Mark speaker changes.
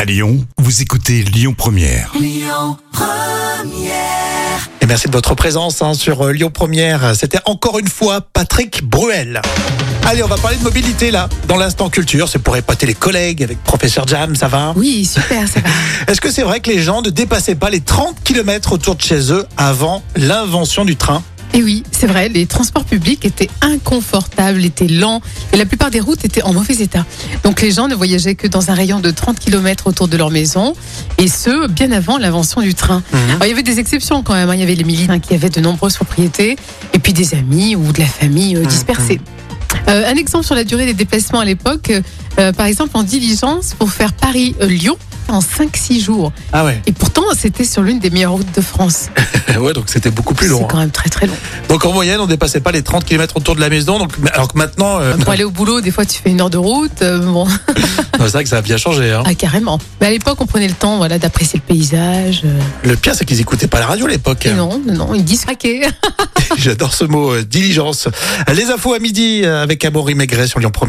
Speaker 1: À Lyon, vous écoutez Lyon Première.
Speaker 2: Et merci Eh de votre présence hein, sur euh, Lyon Première. C'était encore une fois Patrick Bruel. Allez, on va parler de mobilité là, dans l'instant culture. C'est pour épater les collègues avec professeur Jam, ça va hein.
Speaker 3: Oui, super, ça va.
Speaker 2: Est-ce que c'est vrai que les gens ne dépassaient pas les 30 km autour de chez eux avant l'invention du train
Speaker 3: Et oui, c'est vrai, les transports publics étaient inconfortables, étaient lents, et la plupart des routes étaient en mauvais état. Donc les gens ne voyageaient que dans un rayon de 30 km autour de leur maison, et ce, bien avant l'invention du train. Alors, il y avait des exceptions quand même, hein. il y avait les militaires qui avaient de nombreuses propriétés, et puis des amis ou de la famille euh, dispersée. Euh, un exemple sur la durée des déplacements à l'époque, euh, par exemple en diligence pour faire Paris-Lyon en 5-6 jours.
Speaker 2: Ah ouais,
Speaker 3: Et pourtant, c'était sur l'une des meilleures routes de France.
Speaker 2: Eh ouais donc c'était beaucoup plus
Speaker 3: C'est
Speaker 2: long.
Speaker 3: quand même très très long.
Speaker 2: hein. Donc en moyenne, on dépassait pas les 30 km autour de la maison. Donc, alors que maintenant, euh,
Speaker 3: Pour aller au boulot, des fois, tu fais une heure de route. euh, bon,
Speaker 2: c'est vrai que ça a bien changé. hein.
Speaker 3: ah, carrément. Mais à l'époque, on prenait le temps voilà, d'apprécier le paysage. euh,
Speaker 2: Le pire, c'est qu'ils écoutaient pas la radio à l'époque.
Speaker 3: et Non, non, non, ils disent craquer.
Speaker 2: J'adore ce mot, euh, diligence. Les infos à midi euh, avec Amaury Maigret sur Lyon 1